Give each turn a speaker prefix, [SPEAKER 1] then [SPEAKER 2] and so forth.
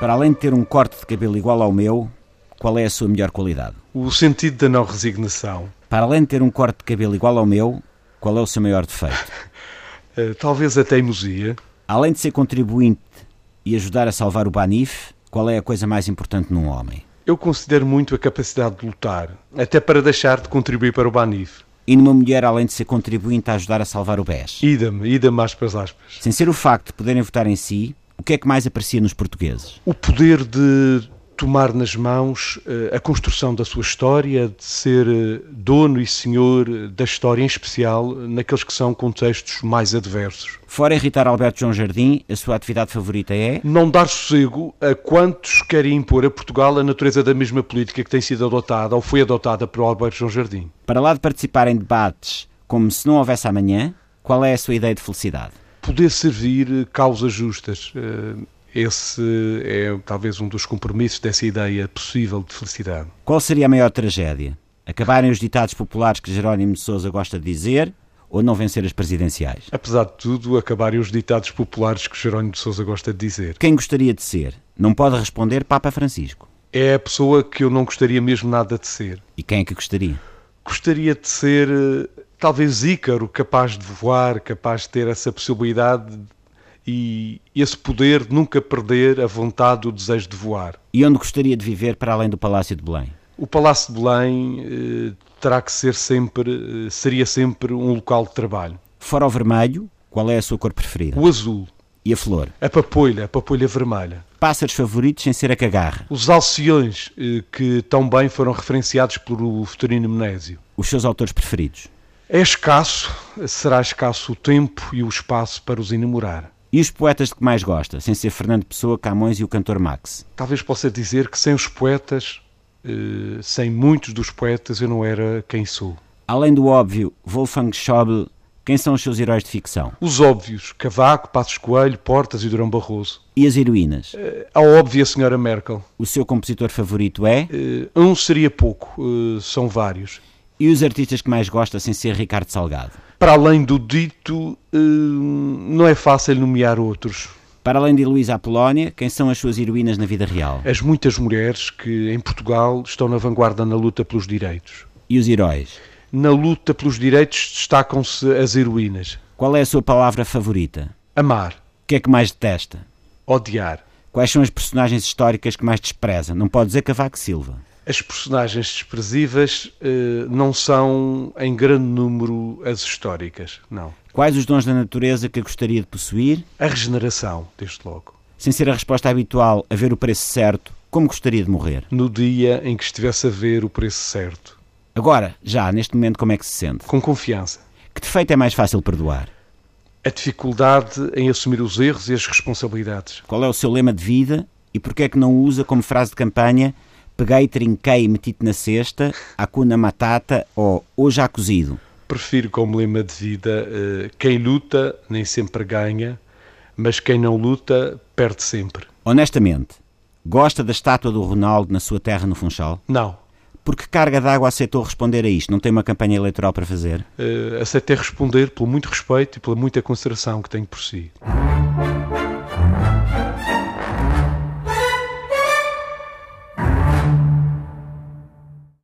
[SPEAKER 1] Para além de ter um corte de cabelo igual ao meu, qual é a sua melhor qualidade?
[SPEAKER 2] O sentido da não resignação.
[SPEAKER 1] Para além de ter um corte de cabelo igual ao meu, qual é o seu maior defeito?
[SPEAKER 2] Eh, Talvez a teimosia.
[SPEAKER 1] Além de ser contribuinte e ajudar a salvar o Banif, qual é a coisa mais importante num homem?
[SPEAKER 2] Eu considero muito a capacidade de lutar, até para deixar de contribuir para o Banif.
[SPEAKER 1] E numa mulher, além de ser contribuinte a ajudar a salvar o BES?
[SPEAKER 2] Idem, idem aspas aspas.
[SPEAKER 1] Sem ser o facto de poderem votar em si, o que é que mais aprecia nos portugueses?
[SPEAKER 2] O poder de tomar nas mãos eh, a construção da sua história, de ser eh, dono e senhor eh, da história, em especial eh, naqueles que são contextos mais adversos.
[SPEAKER 1] Fora irritar Alberto João Jardim, a sua atividade favorita é?
[SPEAKER 2] Não dar sossego a quantos querem impor a Portugal a natureza da mesma política que tem sido adotada ou foi adotada por Alberto João Jardim.
[SPEAKER 1] Para lá de participar em debates como se não houvesse amanhã, qual é a sua ideia de felicidade?
[SPEAKER 2] poder servir eh, causas justas. Eh, Esse é talvez um dos compromissos dessa ideia possível de felicidade.
[SPEAKER 1] Qual seria a maior tragédia? Acabarem os ditados populares que Jerónimo de Sousa gosta de dizer ou não vencer as presidenciais?
[SPEAKER 2] Apesar de tudo, acabarem os ditados populares que Jerónimo de Sousa gosta de dizer.
[SPEAKER 1] Quem gostaria de ser? Não pode responder Papa Francisco.
[SPEAKER 2] É a pessoa que eu não gostaria mesmo nada de ser.
[SPEAKER 1] E quem é que gostaria?
[SPEAKER 2] Gostaria de ser eh, talvez Ícaro, capaz de voar, capaz de ter essa possibilidade e esse poder de nunca perder a vontade e o desejo de voar.
[SPEAKER 1] E onde gostaria de viver para além do Palácio de Belém?
[SPEAKER 2] O Palácio de Belém eh, terá que ser sempre, eh, seria sempre um local de trabalho.
[SPEAKER 1] Fora o vermelho, qual é a sua cor preferida?
[SPEAKER 2] O azul,
[SPEAKER 1] E a flor?
[SPEAKER 2] a papoilha, a papoilha vermelha.
[SPEAKER 1] Pássaros favoritos sem ser a cagarra?
[SPEAKER 2] Os alciões, eh, que tão bem foram referenciados pelo Vitorino Menésio.
[SPEAKER 1] Os seus autores preferidos?
[SPEAKER 2] É escasso, será escasso o tempo e o espaço para os enamorar.
[SPEAKER 1] E os poetas de que mais gosta, sem ser Fernando Pessoa, Camões e o cantor Max?
[SPEAKER 2] Talvez possa dizer que sem os poetas, eh, sem muitos dos poetas, eu não era quem sou.
[SPEAKER 1] Além do óbvio, Wolfgang Schäuble, quem são os seus heróis de ficção?
[SPEAKER 2] Os óbvios, Cavaco, Passos Coelho, Portas e Durão Barroso.
[SPEAKER 1] E as heroínas?
[SPEAKER 2] Eh, A óbvia Senhora Merkel.
[SPEAKER 1] O seu compositor favorito é?
[SPEAKER 2] Eh, um seria pouco, eh, são vários.
[SPEAKER 1] E os artistas que mais gosta, sem ser Ricardo Salgado?
[SPEAKER 2] Para além do dito, eh, não é fácil nomear outros.
[SPEAKER 1] Para além de Luísa Apolónia, quem são as suas heroínas na vida real?
[SPEAKER 2] As muitas mulheres que em Portugal estão na vanguarda na luta pelos direitos.
[SPEAKER 1] E os heróis?
[SPEAKER 2] Na luta pelos direitos destacam-se as heroínas.
[SPEAKER 1] Qual é a sua palavra favorita?
[SPEAKER 2] Amar,
[SPEAKER 1] O que é que mais detesta?
[SPEAKER 2] odiar.
[SPEAKER 1] Quais são as personagens históricas que mais despreza? Não pode dizer Cavaco Silva.
[SPEAKER 2] As personagens desprezíveis eh, não são em grande número as históricas, não.
[SPEAKER 1] Quais os dons da natureza que gostaria de possuir?
[SPEAKER 2] A regeneração, desde logo.
[SPEAKER 1] Sem ser a resposta habitual a ver o preço certo, como gostaria de morrer?
[SPEAKER 2] No dia em que estivesse a ver o preço certo.
[SPEAKER 1] Agora, já, neste momento, como é que se sente?
[SPEAKER 2] Com confiança.
[SPEAKER 1] Que defeito é mais fácil perdoar?
[SPEAKER 2] a dificuldade em assumir os erros e as responsabilidades.
[SPEAKER 1] Qual é o seu lema de vida e porquê é que não o usa como frase de campanha peguei, trinquei e meti-te na cesta, acuna matata ou hoje há cozido?
[SPEAKER 2] Prefiro como lema de vida eh, quem luta nem sempre ganha, mas quem não luta perde sempre.
[SPEAKER 1] Honestamente, gosta da estátua do Ronaldo na sua terra no Funchal?
[SPEAKER 2] Não.
[SPEAKER 1] Porque carga d'água aceitou responder a isto? Não tem uma campanha eleitoral para fazer?
[SPEAKER 2] Eh, aceitei responder pelo muito respeito e pela muita consideração que tenho por si.